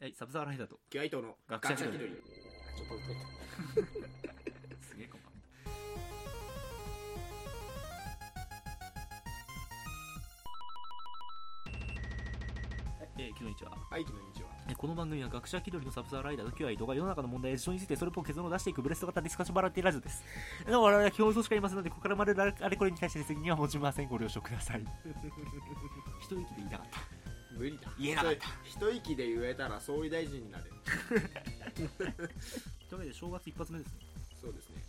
えサブザーライダーとキュアイトの学者気取り。あちょっと置いといてすげえコンパクトえー、キュウイチははい、こんにちは。えーこの番組は学者気取りのサブサーライダーとキュアイドが世の中の問題や事情についてそれっぽく結論を出していくブレスト型ディスカッションバラエティラジオです。なお我々は基本嘘しかいませんので、ここから生まれるあれこれに対して責任は持ちません。ご了承くださ い。一息で言いたかった。無理だ。言えなかった一息で言えたら総理大臣になれる。というわけで正月一発目ですね。そうですね。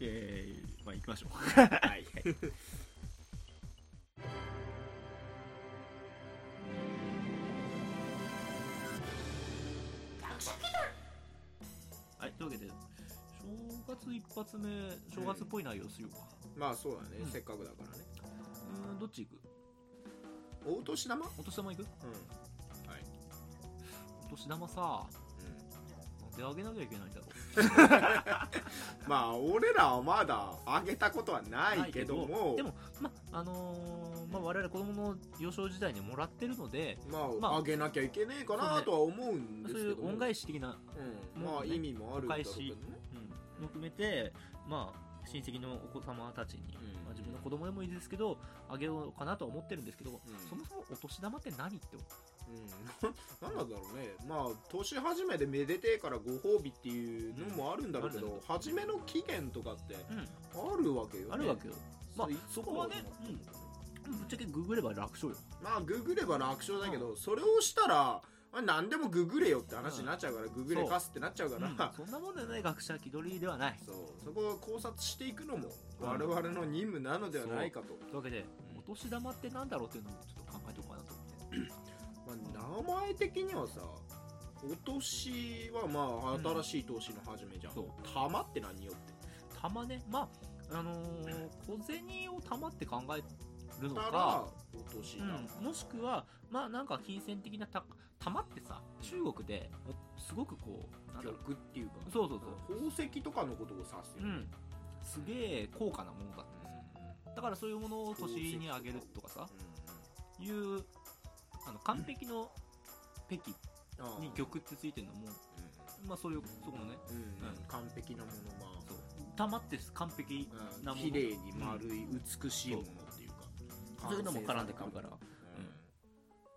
えー、まあ行きましょう。はい。はい、というわけで、正月一発目、正月っぽい内容しようか。まあそうだね、うんせっかくだからね。うーん、どっち行くお年玉うん。お年玉行くはい。お年玉さ、う出上げなきゃいけないんだろん、まあ俺らはまだあげたことはないけどもでも、まあのーまあ、我々子供の幼少時代にもらってるので、まあ、まああ、げなきゃいけねえかなとは思うんでそすうけいどう恩返し的な、うん、まあ意味もあるんだろうけどねうん、も含めて、まあ、親戚のお子様たちに、うんまあ、自分の子供でもいいですけどあげようかなとは思ってるんですけど、そもそもお年玉って何って思ううん、 なんなんだろうねまあ年始めでめでてえからご褒美っていうのもあるんだろうけど、うんあるんだ初めの期限とかってうんあるわけよねあるわけよ、まあいつそこはねからだと思ってぶっちゃけググれば楽勝よまあググれば楽勝だけど、それをしたらまあ何でもググれよって話になっちゃうから、ググれかすってなっちゃうから、うんそんなもんでね学者気取りではない そうそこを考察していくのも我々の任務なのではないかと、というわけでお年玉って何だろうっていうのもちょっと考えておこうかなと思ってまあ、名前的にはさお年はまあうん新しい投資の始めじゃん、そう玉って何よって玉ねまああのー小銭を玉って考えるのたからお年だ、うん、もしくは、まあなんか金銭的なた、玉ってさ、中国で、すごくこう、なんだろう玉っていうかそうそう宝石とかのことを指すそう、うよね、ん、すげえ高価なものだったんですよ。だからそういうものを年にあげるとかさ、いう、あの、完璧の、ペキうんうんに玉ってついてるのも、まあそういう、そこのね、うんうんうん完璧なものまあそう、玉って完璧なもの。綺麗に丸い美しいものっていうか、そういうのも絡んでくるから、う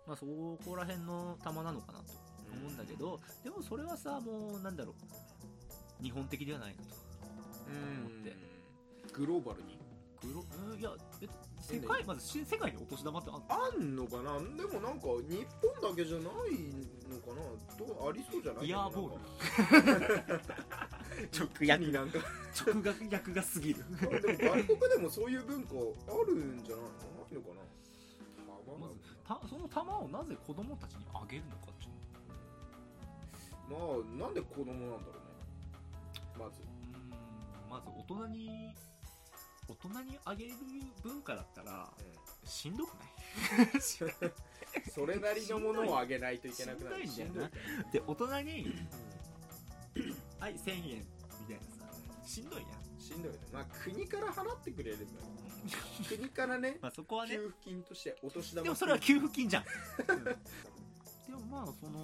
まあそこら辺の玉なのかなとん思うんだけど、でもそれはさ、もうなんだろう、日本的ではないなと。うん思ってグローバルにグロうんいやえ世界まずし世界にお年玉ってあんのあんのかなでもなんか日本だけじゃないのかなどうありそうじゃないいやーボール ル直訳になんか直学役がすぎるでも外国でもそういう文化あるんじゃないのないのかなたままらんずたその玉をなぜ子供たちにあげるのかっていうまあなんで子供なんだろうねまずのうーんまず大人に大人にあげる文化だったらしんどくないそれなりのものをあげないといけなくなるしんどどいんだよなで大人に「はい1000円」みたいなさしんどいやんしんどいねまあ国から払ってくれればいい国からねまあそこはね給付金としてお年玉 でもそれは給付金じゃんでもまあその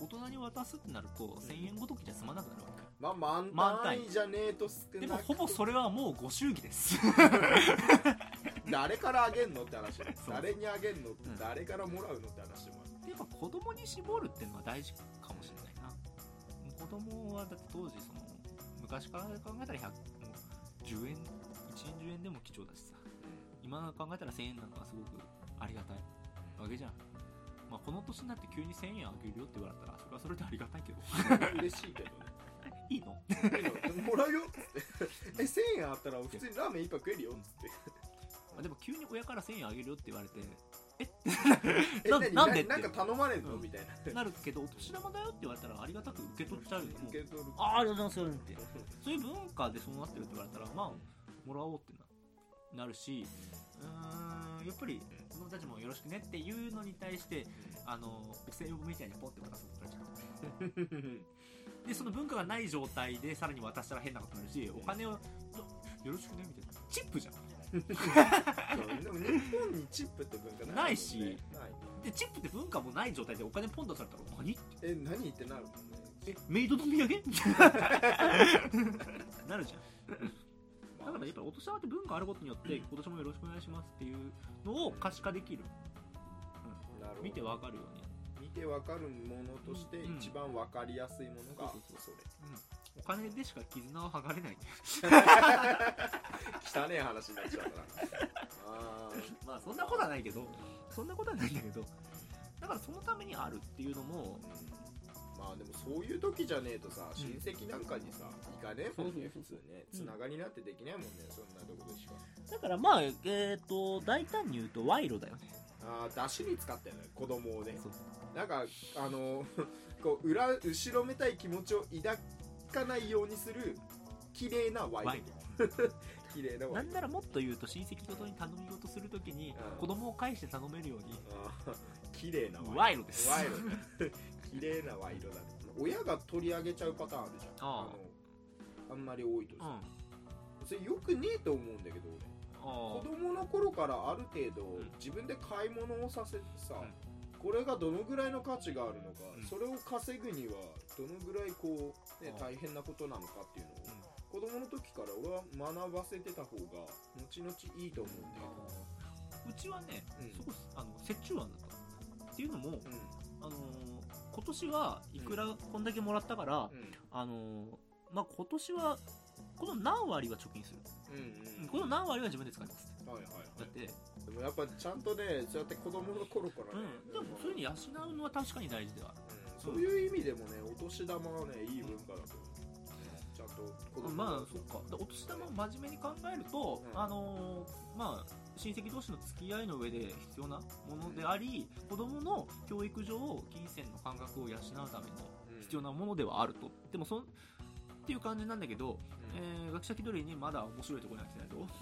大人に渡すってなると1000円ごときじゃ済まなくなるわけよまあ満満タタンンじゃねえと少ないでもほぼそれはもうご祝儀です 誰からあげんのって話そう誰にあげんのうん誰からもらうのって話もあるやっぱ子供に絞るっていうのは大事かもしれないな子供はだって当時その昔から考えたら100もう10円1円10円でも貴重だしさ今考えたら1000円なんかはすごくありがたいわけじゃんまあこの年になって急に1000円あげるよって言われたらそれはそれでありがたいけど 嬉しいけどいいのねもらうよっつってえ1000円あったら普通にラーメン一杯食えるよっつってまあでも急に親から1000円あげるよって言われてえな何なんでななんか頼まれんのうんみたいななるけどお年玉だよって言われたらありがたく受け取っちゃうよねもう受け取るあありがとうございますってそういう文化でそうなってるって言われたら、まあ、もらおうってななるし、うーん、やっぱり、子供たちもよろしくねっていうのに対して、あの、お歳暮みたいにポンって渡すことじゃん。で、その文化がない状態でさらに渡したら変なことになるし、お金を、よよろしくねみたいな。チップじゃん。そうでも日本にチップって文化ないもんねないしないでチップって文化もない状態でお金ポンとされたら何ってえ何言ってなるえメイドの 土産みたいななるじゃんだからやっぱりお年玉って文化あることによって今年もよろしくお願いしますっていうのを可視化できる見てわかるように見てわかるものとしてうん一番わかりやすいものがそうそうそれお金でしか絆を剥がれない汚ねえ話になっちゃうからあーまあそんなことはないけどそんなことはないんだけどだからそのためにあるっていうのもまあでもそういう時じゃねえとさん親戚なんかにさ行かねえもんね普通 ねうんつながりなんてできないもんねそんなとこでしかだからまあえっ、と大胆に言うと賄賂だよねああ出汁に使ったよね子供をねそうなんかあの こう裏後ろめたい気持ちを抱かないようにする綺麗なワイン 綺麗なワなインんならもっと言うと親戚ごとに頼み事するときにうん子供を介して頼めるようにあー綺麗なワイ賄賂ですンワインね 綺麗なワインだね親が取り上げちゃうパターンあるじゃんあーのあんまり多いとうんさ、あそれよくねえと思うんだけど俺子あ供の頃からある程度、ん自分で買い物をさせてさ、これがどのぐらいの価値があるのか、うんそれを稼ぐにはどのぐらいこう、ね、ああ大変なことなのかっていうのを、子供の時から俺は学ばせてた方が後々いいと思うんだよ、うちはね、うんそこあの折衷案だったっていうのも、うんあのー今年はいくらこんだけもらったから、うあのーまあ今年はこの何割は貯金する、んうんこの何割は自分で使いますうんはいはいだはって、いでもやっぱちゃんとねそうやって子供の頃からね、うん、でもそういうふうに養うのは確かに大事ではあるうんそういう意味でもねお年玉はねいい文化だと思うちゃんと子供まあそっかでお年玉を真面目に考えると、うんあのーまあ親戚同士の付き合いの上で必要なものであり、子供の教育上金銭の感覚を養うために必要な、なものではあるとでもそんっていう感じなんだけど、うんえー学者気取りにまだ面白いところには来てないと、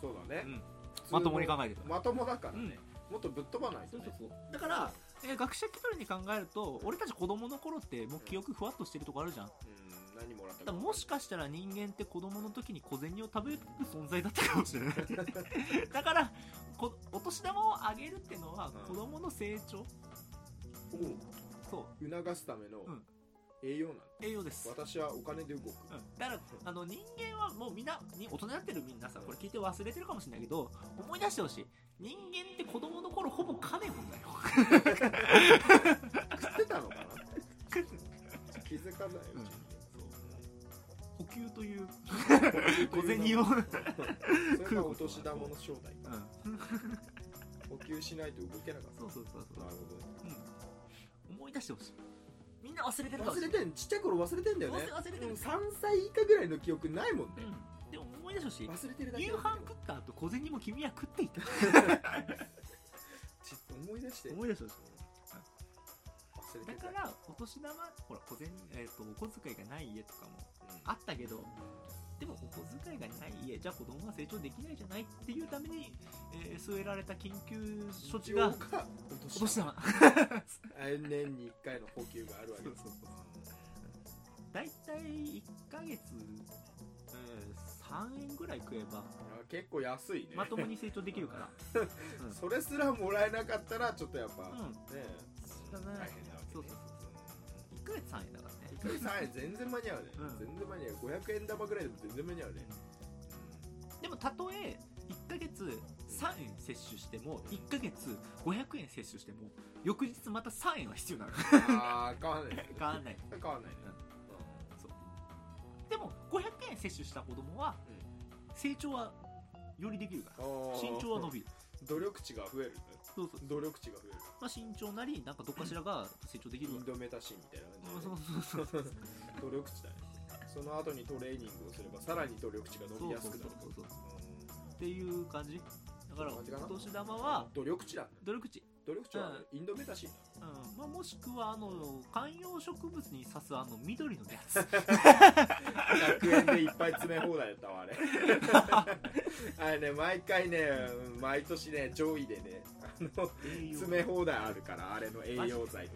そうだね、うん普通のまともに考えてるまともだからうね、んもっとぶっ飛ばないそとうねそうそうだから、えー学者気取りに考えると俺たち子供の頃ってもう記憶ふわっとしてるとこあるじゃんだかうん何もらったらもしかしたら人間って子供の時に小銭を食べる存在だったかもしれない だからこお年玉をあげるってのはうん子供の成長、をそう促すためのうん栄養なの、栄養です私はお金で動 く、うんだからあの人間はもうみんなに大人になってるみんなさこれ聞いて忘れてるかもしれないけど思い出してほしい人間って子供の頃ほぼ金もんだよ食ってたのかな気づかないううんち補給というに小銭を、うん それがお年玉の正体うん、補給しないと動けなかっそうそうそうたそうなるほどうん、思い出してほしいみんな忘れてるかもし忘れれないてんちっちゃい頃忘れてんだよね忘れ忘れてるうん3歳以下ぐらいの記憶ないもんね、うん、でも思い出してほしい忘れてるだけ夕なんだ飯けど食った後小銭も君は食っていたち思い出して忘思い出してほしいれてだかたらお年玉ほら小銭、えー、とお小遣いがない家とかもあったけどでもお小遣いがない家じゃあ子供は成長できないじゃないっていうために、えー据えられた緊急処置がおお年 玉えー年に1回の補給があるわけですそう大体1ヶ月、うん、3円ぐらい食えばあ結構安いね、まともに成長できるからうんそれすらもらえなかったらちょっとやっ ぱ、うんねだね大変なわけねそうそう1ヶ月3円だからね1回3円全然間に合うね、うん全然間に合う500円玉ぐらいでも全然間に合うね、でもたとえ1ヶ月3円摂取しても1ヶ月500円摂取しても翌日また3円は必要 なのああ変わんない 変わんない変わんないね、そうでも500円摂取した子供は成長はよりできるからうん身長は伸びる努力値が増えるねそうそう、努力値が増えるまあ、身長なりなんかどっかしらが成長できイるわンドメタシンみたいうんそうなそうそう感じで努力値だねその後にトレーニングをすればさらに努力値が伸びやすくなるそうそうそうそううんっていう感じだからそういう感じかなお年玉は努力値だ努力値、努力値はねインドメタシンだうんまあ、もしくはあの観葉植物に刺すあの緑のやつ 100円でいっぱい詰め放題だったわ あれあれね毎回ね毎年ね上位でねあの栄養詰め放題あるからあれの栄養剤一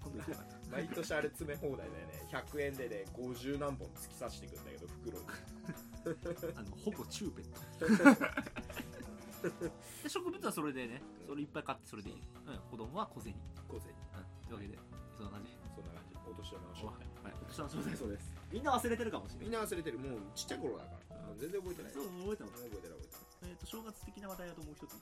個うんぐらいかな毎年あれ詰め放題だよね100円でね50何本突き刺していくんだけど袋にあのほぼチューペット で植物はそれでねうんそれいっぱい買ってそれでいい、うん、子供は小銭、小銭うん、というわけでそんな感じそんな感じお年玉のお紹はい介お年玉の正体そうですみんな忘れてるかもしれみんないな忘れてるもうちっちゃい頃だからうん全然覚えてないそう覚覚えたの、えてない覚えてえー、と正月的な話題だともう一つない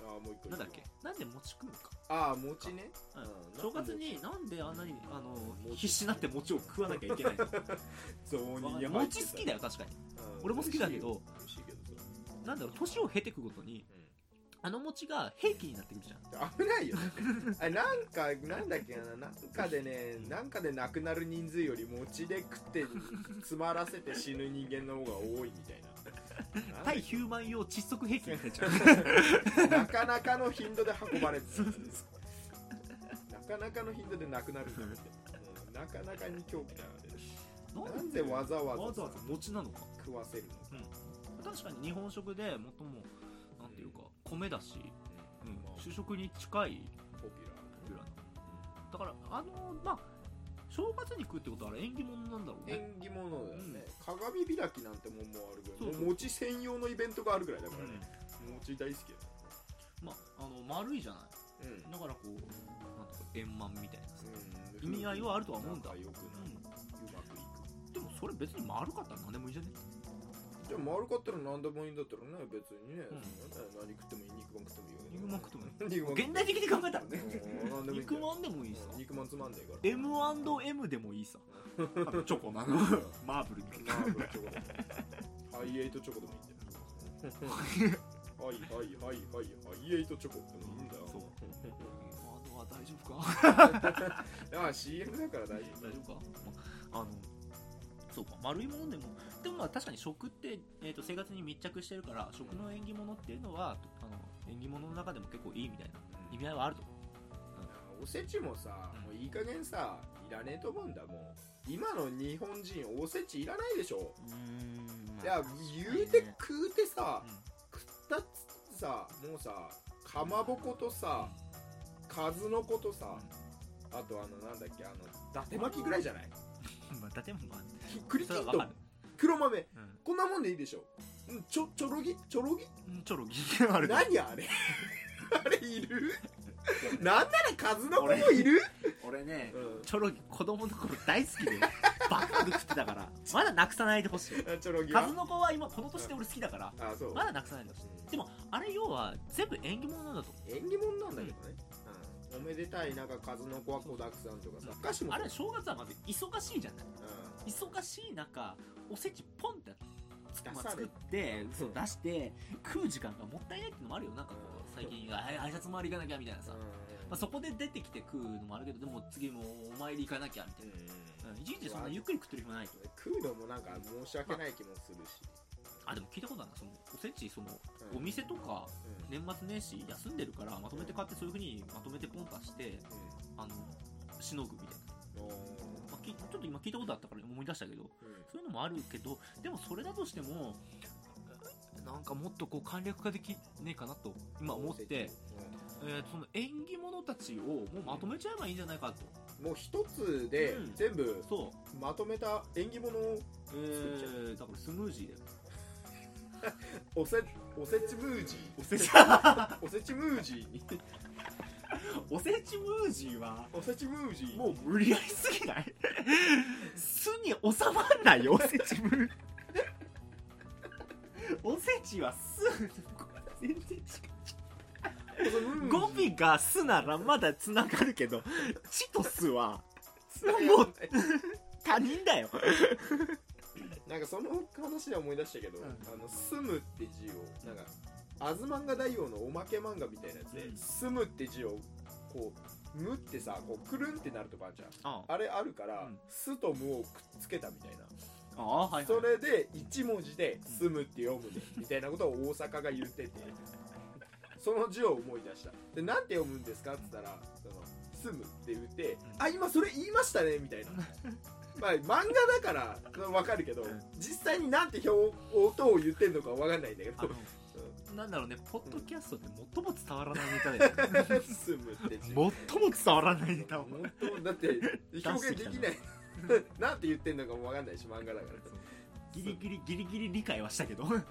ああもう一個なんだっけなんで餅食うのか、ああ餅ねうんうん正月になんであんなにあ餅の必死になって餅を食わなきゃいけないの雑煮山餅好きだよ確かにうん俺も好きだけど美味しいけどさなんだろう年を経てくごとにあの餅が兵器になってくるじゃん危ないよねあれなんかなんだっけななんかでねなんかで亡くなる人数より餅で食って詰まらせて死ぬ人間の方が多いみたいななんだっ対ヒューマン用窒息兵器になっちゃうけなかなかの頻度で運ばれてたなかなかの頻度で亡くなるんだってうんなかなかに狂気だよねなんでわざわざわざわざ餅なのか食わせるのか、確かに日本食でもっともなんていうか米だし、うんまあ主食に近いポピぐュラらいだからあのまあ正月に食うってことはあれ縁起物なんだろうーね、縁起物だよね、鏡開きなんてもんもあるぐらいそうそうもう餅専用のイベントがあるぐらいだからね、う餅大好きだんまああの丸いじゃないうん、うんだからこうなんとか円満みたいなさ、意味合いはあるとは思うんだ仲良くなるううまくいんでもそれ別に丸かったら何でもいいじゃねくじゃあ丸かったら何でもいいんだったらね別にね、うんそんなね何食ってもいい肉まん食ってもいいよね肉まん食ってもいい肉ま現代ん的に考えたらねうん何でもいいんだ肉よまんでもいいさうん肉まんつまんねえから M&M でもいい さあとチョコなのマーブルみたいなまあこれチョコでもハイエイトチョコでもいいんだよはいはいはいはいハイエイトチョコってもいいんだ よそうあのは大丈夫か ああ CM だから大丈夫大丈夫か、まあ、あのそうか丸いものでもでもまあ確かに食って、えー、と生活に密着してるから食の縁起物っていうのはあの縁起物の中でも結構いいみたいな意味合いはあると思おせちもさもういい加減さいらねえと思うんだもう今の日本人おせちいらないでしょううんいや言うて食うてさうん食ったっつってさもうさかまぼことさ数のことさあとあのなんだっけあの伊達巻きぐらいじゃないまあ、建物はひ栗きそんれはわとかんる、黒豆うんこんなもんでいいでしょうんちょちょろぎちょろぎうん、ちょろぎある何あれ あれい るなんなら数のこといる、俺ねうんちょろぎ子供の頃大好き でバクバク食ってたからまだなくさないでほしいあ ちょろぎは数の子は今この年で俺好きだからあそうまだなくさないでほしいでもあれ要は全部縁起物なんだと思う縁起物なんだけどね、うんおめでたいなんか数の子は子だくさんとかさうんお菓子もあれ正月はまず忙しいじゃないうん忙しい中おせちポンってつ出さまれあ作ってうんそう出して食う時間がもったいないってのもあるよなんかこう最近あ挨拶回り行かなきゃみたいなさ、まあ、そこで出てきて食うのもあるけどでも次もお参り行かなきゃみたういんな、うん、いちいちそんなゆっくり食ってる暇ない食うのもなんか申し訳ない気もするし、あでも聞いたことあるなそのおせちそのうんお店とかうん年末年始休んでるからまとめて買ってそういうふうにまとめてポン出してあのしのぐみたいな、うんまあ、きちょっと今聞いたことあったから思い出したけどうんそういうのもあるけど、でもそれだとしても、なんかもっとこう簡略化できねえかなと今思って、えーその縁起物たちをもうまとめちゃえばいいんじゃないかと。うんもう一つでうん全部そう。まとめた縁起物をえー、だからスムージーだよ。おせおせちムージーおせち、おせちムージーに おせちムージーは、おせちムージーもう無理やりすぎない巣に収まんないよ、おせちムージー。 おせちは巣、 全然違う。おせちムージー語尾が「す」ならまだつながるけ ど「ち」と「す」はもう他人だよなんかその話で思い出したけど、うんあの「住む」って字をなんかアズマンガ大王のおまけ漫画みたいなやつで「うん住む」って字をこう「む」ってさこうくるんってなるとこあるじゃんああれあるから「うんす」と「む」をくっつけたみたいな、あはいそれで一文字で「住む」って読むね、みたいなことを大阪が言っててその字を思い出したでなんて読むんですかって言ったら「その住む」って言って「あ今それ言いましたね」み たいなまあ、漫画だから分かるけどうん実際になんて表音を言ってんのか分かんないんだけあどのなんだろうねポッドキャストで最も伝わらないネタだよ「住む」って最も伝わらないネタを本当だって表現できない なんて言ってんのかも分かんないし漫画だからギリギリギリギリ理解はしたけど「住む」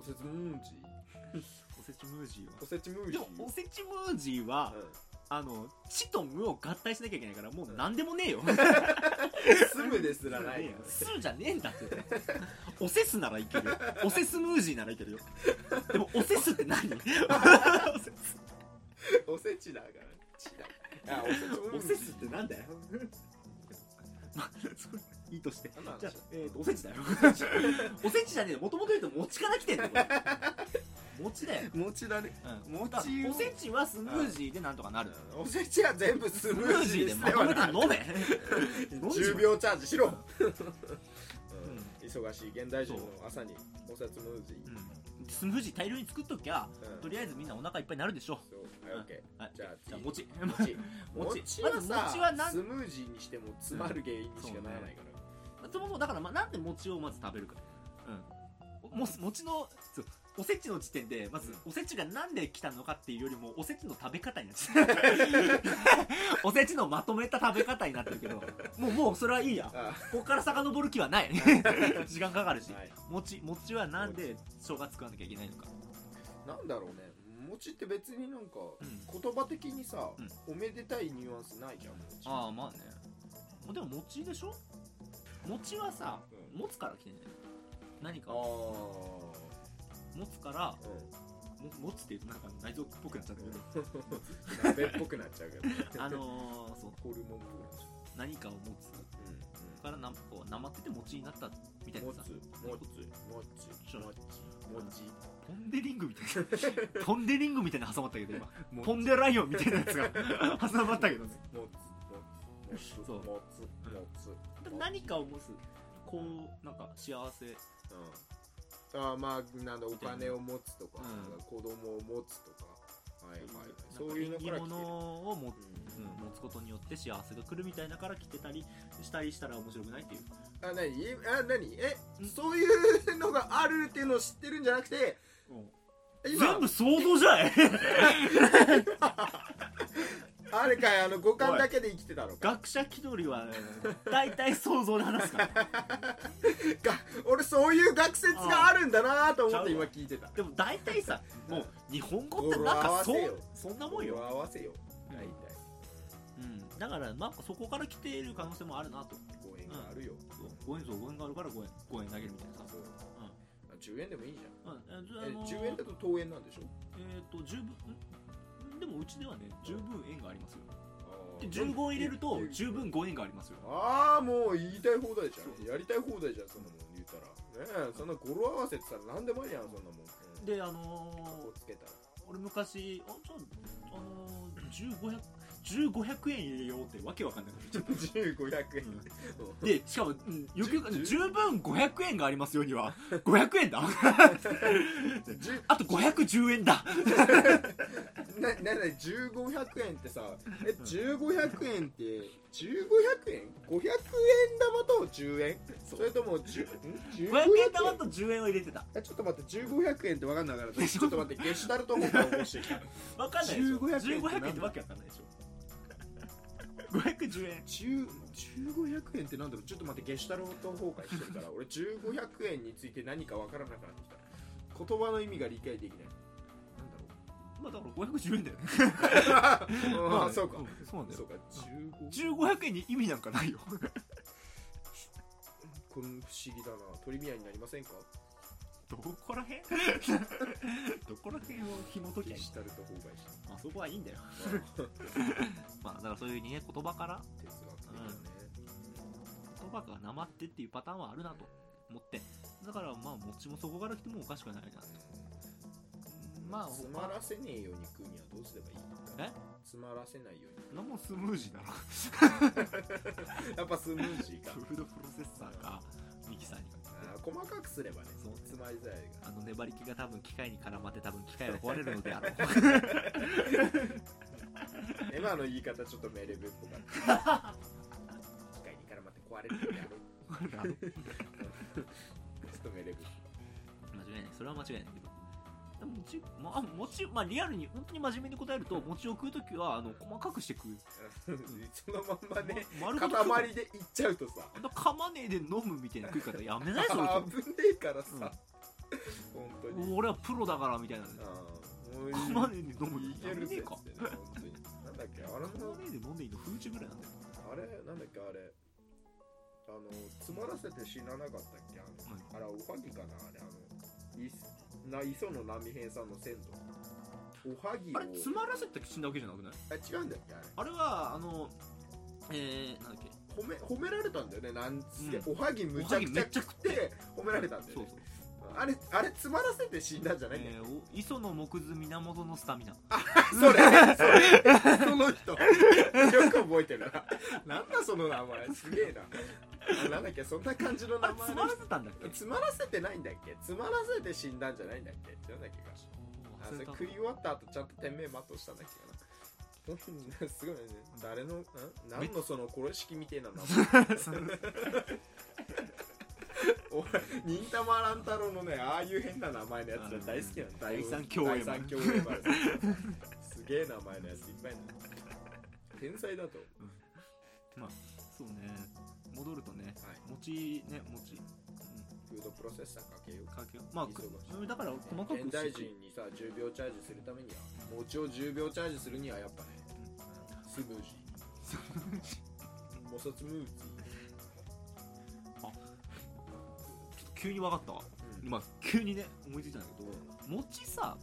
おせちムージーおせちムージーはおせちムージでーもおせちムージーは、あの「ち」と「む」を合体しなきゃいけないからもう何でもねえようん、スムですらない「す」じゃねえんだっておせすならいける よおせすムージーならいけるよでも おせすって何おせすおせちだからちだあおせちムージーおせすってなんだよ まあそれいいとして何の話じゃあ、えー、とおせちだ よおせちじゃねえよもともと言うと餅から来てんだよこれ餅だよ、餅だねうん、餅だをからおせちはスムージーでなんとかなるおせちは全部ススムムーージジーーでですまとめて飲め 飲んじまう10秒チャージしろ、うん忙しい現代人の朝におせちムージー、うんスムージー大量に作っときゃうんとりあえずみんなお腹いっぱいになるでしょそうはいオッケはいじゃあじゃあ餅ー餅餅餅はまずさ、餅はなんスムージーにしても詰まる原因にしかならないから、そもそもだから、まあ、なんで餅をまず食べるかうんおも餅のそうおせちの時点でまずおせちがなんで来たのかっていうよりもおせちの食べ方になっちゃう おせちのまとめた食べ方になってるけどもうもうそれはいいやあここから遡る気は ない時間かかるし、はい餅餅はなんで生姜作らなきゃいけないのかなんだろうね餅って別になんか、うん言葉的にさ、うんおめでたいニュアンスないじゃん餅ああまあねでも餅でしょ餅はさうん持つから来てんじゃない何かあをー持つからうも持つって言うとなんか内臓っぽくなっちゃうんだけん鍋っぽくなっちゃうけど どあのー、そうホルモンっぽくなっちゃ何かを持つううんからなんかこうなまってて餅になったみたいなもつさもつもちちょもちポンデリングみたいなポンデリングみたいなの挟まったけど今もポンデライオンみたいなやつが 挟まったけどねもつもつそうもつうんもつ何かを持つこうなんか幸せうんあーまあなんだお金を持つとかうんなんか子供を持つとかはいはいそそうういいううののから来て物るを持うん、持つことによって幸せが来るみたいなから来てたりしたりしたら面白くないっていううんあ何えあ何えうんそういうのがあるっていうのを知ってるんじゃなくて今全部想像じゃいあれかいあの五感だけで生きてたのか 学者気取りは大体想像で話すからが俺そういう学説があるんだなと思ってちゃう今わ聞いてたでも大体さもう日本語って語呂なん合かわそせうよそんなもん語呂よ、合わせようん大体うん、だからなんかそこから来ている可能性もあるなとご縁があるよご縁そうご縁があるからご縁ご縁投げるみたいなさ、そうあ10円でもいいじゃんうん、ええあの10円だと10円なんでしょえっ、と十分んでもうちではね十分縁がありますよあでー15入れるとうん十分ご縁がありますよああもう言いたい放題じゃそんやりたい放題じゃんそんなもん言ったらねえそんな語呂合わせって言ったら何でもいいやんそんなもんうんであかっのこつけたらー俺昔あじゃあ、あのー、1500 1500円入れようってわけわかんない1500円でしかも、うん、よくよくじゅ十分500円がありますよには500円だ10あと510円だななな1500円ってさえん1500円って1500円 ?500 円玉と10円そそうれとも10ん500 1500円玉と10円を入れてたえちょっと待って1500円って分かんなかったちょっと待ってゲシュタルト本が起こしてきたわかんないでしょ1500円って1500円ってわけわかんないでしょ510円10 1500円ってなんだろうちょっと待ってゲシュタルト崩壊してるから俺1500円について何か分からなくなってきた言葉の意味が理解でき ないまあだから510円だよねなんだろうああそうかんそうなんだそようか15 1500円に意味なんかないよ これ不思議だなトリビアになりませんかどこら辺どこら辺を紐解きゲゃいいシュタルト崩壊したあそこはいいんだ よ哲まあだからそういうね言葉から学的だね言葉がなまってっていうパターンはあるなと思ってだからまあ餅もそこから来てもおかしくはないなまあつまらせねえように食うにはどうすればいいえつまらせないように何もスムージーだろやっぱスムージーか フードプロセッサーかミキサーにかけてあー細かくすればねそうつまりづらいがあの粘り気が多分機械に絡まって多分機械は壊れるのであろ う今の言い方ちょっとメレブっぽかった機械に絡まって壊れるんやろあ の間違ちょっとメレブいないそれは間違いないけどでも餅まあ餅まあリアルに本当に真面目に答えると餅を食うときはあの細かくして食う、そのまんま ねま丸ごと食う塊でいっちゃうとさ あんな噛まねえで飲むみたいな食い方やめないそれ危ねえからさ、うん本当に俺はプロだからみたいなねうんここまでに飲むいけるねぜえっかつってね本当になんだっけあれここもまでで飲んでいいの風中ぐらいなんだよあれなんだっけあれあの詰まらせて死ななかったっけあの、あれおはぎかなあれあのいすな磯野波平さんの鮮度おはぎをあれ詰まらせて死んだわけじゃなくないあ違うんだっけあれあれはあのえー、なんだっけ褒め褒められたんだよねなんつって、うおはぎむちゃくおはぎちめゃっちゃ食って褒められたんだよそうねそう、あれあれ詰まらせて死んだんじゃないんだよ、えー、お磯の木図源のスタミナ それそれその人 よく覚えてるななんだその名前すげえなあなんだっけそんな感じのあ名れ前詰のまら人せたんだっけ詰まらせてないんだっけ詰まらせて死んだんじゃないんだっけなんだっけかあ忘それれた食い終わった後ちゃんと天命マットしたんだっけ かなその人すごいね誰のん何のその殺しきみてえ な名前俺忍たま乱太郎のねああいう変な名前のやつが大好きなの第三共栄丸第三共栄丸すげえ名前のやついっぱいいる天才だとそうね戻るとねはい餅ね餅、フードプロセッサーかけよううん、かかけようまあく忙しいうんだから細かく現代人にさ10秒チャージするためには餅を10秒チャージするにはやっぱねスムージーモサスムージ急に分かったわー、今急にね思いついたんだけどうど餅さ、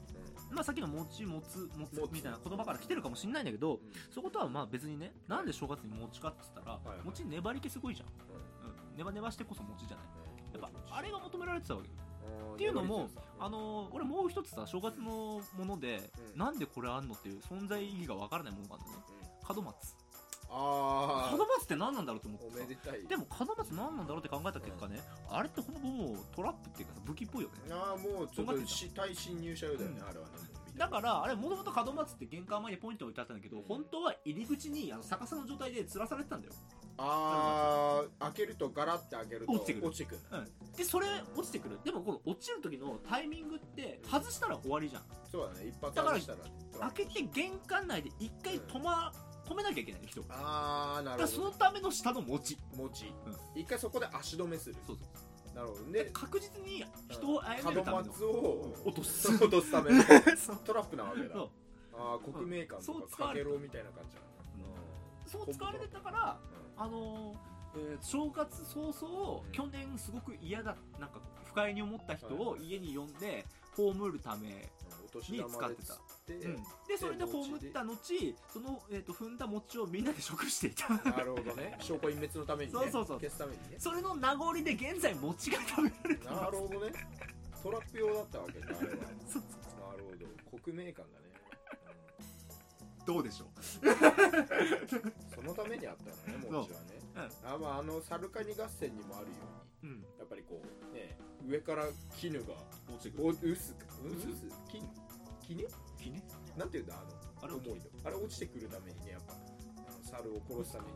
まあ、さっきの餅もつもつもつみたいな言葉から来てるかもしんないんだけど、そことはまあ別にねなんで正月に餅かって言ったら、はいはい餅粘り気すごいじゃん、うん、ネバネバしてこそ餅じゃないやっぱあれが求められてたわけよっていうのもあのー俺もう一つさ正月のもので、うんなんでこれあんのっていう存在意義がわからないものがあるんだね門松あ門あ松って何なんだろうと思おってめさでたいでも門松何なんだろうって考えた結果ね、あれってほぼもうトラップっていうかさ武器っぽいよねああもうちょっと死体侵入者用だよね、うんあれはねだからあれもともと門松って玄関前にポイント置いてあったんだけどうん本当は入り口にあの逆さの状態で吊らされてたんだよああ開けるとガラって開けると落ちてくる落ちてくるでそれ落ちてくるでもこの落ちる時のタイミングって外したら終わりじゃんそうだね一発だから外したら開けて玄関内で一回止ま止めなきゃいけないの人だかああなるらそほのどための下の持ち持ち、一回そこで足止めするそうそうなるほどでね確実に人を殺めるため門の松を落と す落とすためのそうトラップなわけだそうああ国名館とそう使かわかれけたろみたいな感じだねそう使われてたからあのーえー正月早々うん去年すごく嫌だなんか不快に思った人をはいはい家に呼んで葬るためうんお年玉でつって、うん、でそれで葬った後その、えー、と踏んだ餅をみんなで食していた なるほどね証拠隠滅のため にねそうそうそう消すためにねそれの名残で現在餅が食べられてなまるほどねトラップ用だったわけだ あれはなるすそうほど国名館だね、どうでしょうんそのためにあったのねもちはね、あまああのサルカニ合戦にもあるようううんにやっぱりこうね上から絹が落ちておうすかううす絹絹きねなんていうんだああのれ重いのあれ落ちてくるためにねやっぱあの猿を殺すために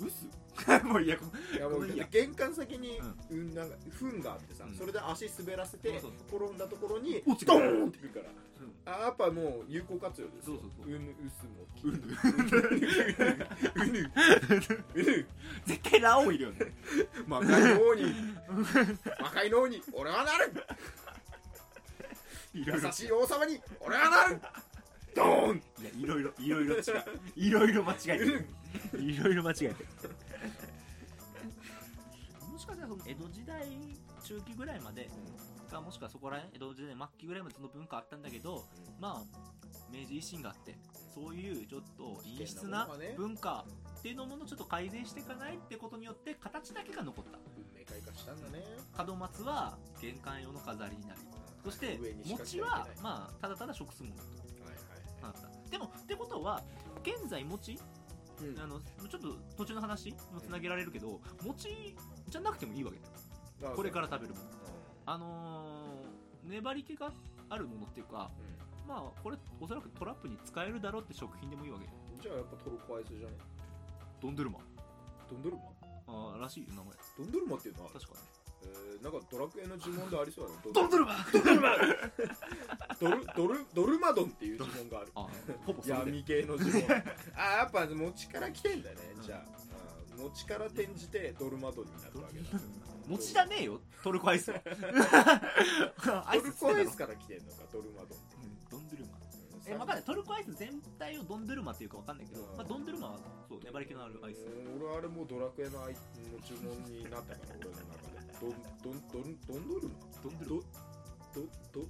薄もう いやこいやごも うめんいいや玄関先に、うん、なんか糞があってさ、うんそれで足滑らせてそう転んだところに落ちてくドるーンってくるからあやっぱもう有効活用ですよそうそうそううぬうすうもうぬぬうぬうぬ絶対ラオウいるよ ね魔界の王に魔界の王に俺はなる い優しい王様に俺はなるドーンいやいろいろいろいろ違ういろいろ間違えてうるぬいろいろ間違えてる もしかしたらその江戸時代中期ぐらいまでかもしくはそこら辺江戸時代末期ぐらいまでその文化あったんだけどまあ明治維新があってそういうちょっと陰湿な文化っていうのものをちょっと改善していかないってことによって形だけが残った文明開化したんだね門松は玄関用の飾りになりそして上にしか着餅てはいはけないまあただただ食すものとはいなはったでもってことは現在餅いうんあのちょっと途中の話もつなげられるけど餅じゃなくてもいいわけだよあこれからそう食べるものあのー粘り気があるものっていうかうんまあこれおそらくトラップに使えるだろうって食品でもいいわけだよじゃあやっぱトルコアイスじゃねドンドゥルマドンドルマあーらしいよ名前ドンドルマっていうのは、確かねえー、なんかドラクエの呪文でありそうだねドンドゥルマドンドゥルマドルドルドルマドンっていう呪文があるあほぼそれで 闇系の呪文あーやっぱ餅から来てんだねじゃああー餅から転じてドルマドルになるわけだ餅じゃねえよ トルコアイスはアイスっつってたろトルコアイスから来てんのかドルマドルうんドンドゥルマえわかんないトルコアイス全体をドンドゥルマっていうかわかんないけど、うんまあ、ドンドゥルマはそう粘り気のあるアイスうん俺あれもうドラクエのアイの注文になったから俺の中でドンドンドンドンドルマドンドゥルどどどん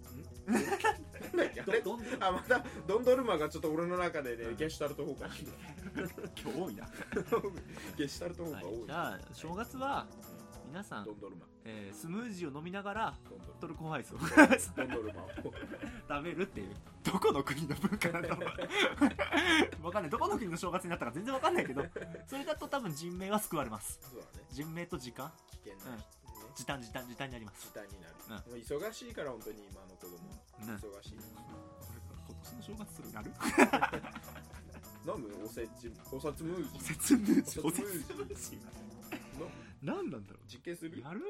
なんだっけあマれドンドゥルマあまたドンドルマがちょっと俺の中でね、うんゲシュタルト方が今日多い な、 ゲシュタルト方がはい多い、じゃあ正月は皆さんド、ンドルマえースムージーを飲みながらドンドルトルコアイスを マドンドルマを食べるっていうどこの国の文化なんだろう わかんないどこの国の正月になったか全然わかんないけどそれだと多分人命は救われますそうだね人命と時間危険なね時短時短時短になります時短になる、もう忙しいから本当に今の子供ね忙しい今年の正月それ なる飲むおせちおさつムージお節ムージおお節節ムムージージーの何 なんだろ実験すうるやる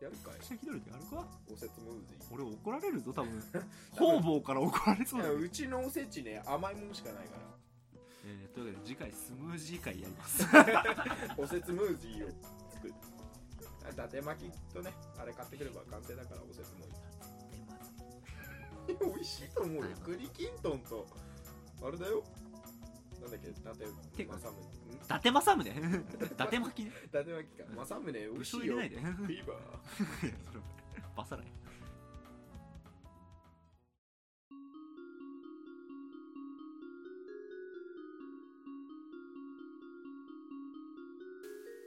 やるかい役者気取りでやるかおせつムージー俺怒られるぞ多分 方々から怒られそういだやね、うちのおせちね甘いものしかないかえーというわけで次回スムージー会やりますらおせつムージーを作るあ伊達巻きとねあれ買ってくれば完成だからおせつムージー美味しいと思うよ 栗きんとんとあれだよなんだっけ伊達てか政宗ん伊達政 宗伊達巻きね伊達巻きか 政宗美武味し将い入れよないでいやフィーバーそれバサラや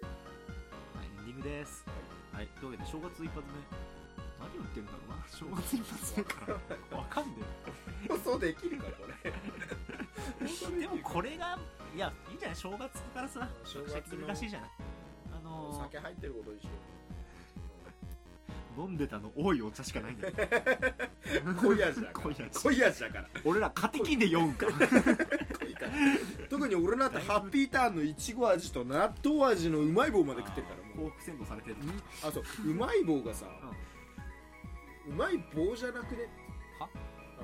はいエンディングですはいというわけで正月一発目何を言ってるんだろうな正月一発目 からわかんねえ予想できるかこれでもこれがいやいいんじゃない正月からさ正シャキ月するのらしいじゃないあの酒入ってることにしよ ー、飲んでたの多いお茶しかないん だよう濃い味だか濃いら味濃い味だから俺らカテキンで酔うんか濃いから特に俺なんてハッピーターンのいちご味と納豆味のうまい棒まで食ってるからも幸福先導されてるうあそううまい棒がさ、うまい棒じゃなくねはあ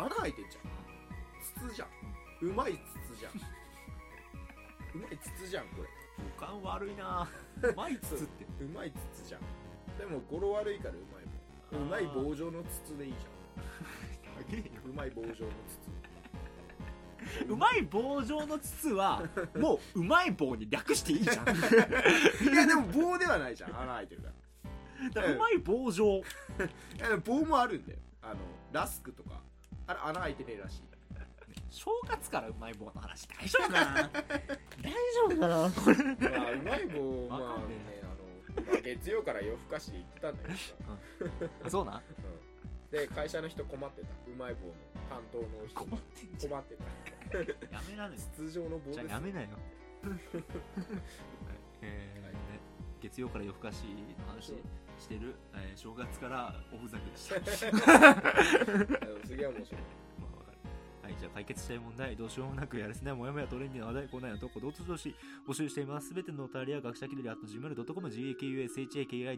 の穴開いてんじゃん筒じゃんうまい筒じゃんうまい筒じゃんこれ五感悪いなぁうまいっつってうまい筒じゃんでも語呂悪いからうまい棒うまい棒状の筒でいいじ高えよゃんうまい棒状の筒うまい棒状の筒はもううまい棒に略していい じゃんだかいやでも棒ではないじゃん穴開いてるかららうまい棒状いやでも棒もあるんだよあのラスクとかあれ穴開いてねえらしい正月からうまい棒の話大丈夫かな大丈夫かなこれまあうまい棒まあわかんねねあの、まあ、月曜から夜更かし行ってたんだけどさあ そうなんで会社の人困ってたうまい棒の担当の人困ってんじ困ってたゃんやめられない通常の棒ですじゃあやめ なよえーねはい月曜から夜更かしの話してる、えー正月からおふざけでしたまあのすげえ面白いあわかるはいじゃあ解決したい問題どうしようもなくやるせないもやもやトレンディーな話題コーナーや投稿どうぞどし募集していますすべてのお便りは学者気取り at gmail.com gakushakidori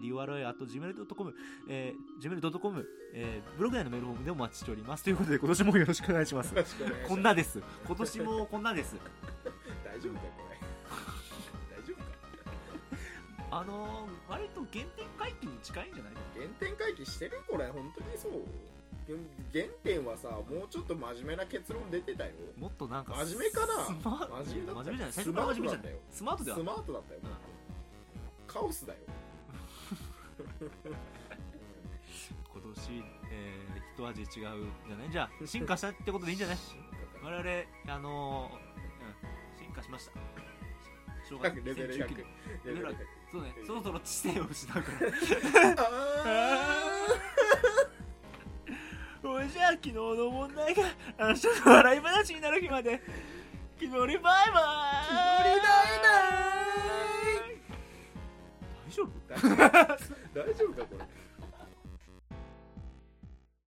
at gmail.com えー gmail.com えーブログ内のメールフォームでもお待ちしておりますということで今年もよろしくお願いし ますよろしくお願いしますこんなです今年もこんなです大丈夫かこれ大丈夫かあのー、割と原点回帰に近いんじゃない原点回帰してるこれ本当にそう原点はさもうちょっと真面目な結論出てたよもっとなんか真面目かなスマ真面目だった真面目じゃない最初から真面目じゃないスマートでスはマートだったよ、カオスだよ今年、えー、一味違うじゃないじゃ あ進化したってことでいいんじゃない我々あのーうん、進化しました正レ月ベル2019 100年レベル100そうねそろそろ知性を失う からあおいじゃあ昨日の問題があの人の笑い話になる日まで気乗りバイバイ気乗りバイバイ大丈夫ー大丈夫大丈夫かこれ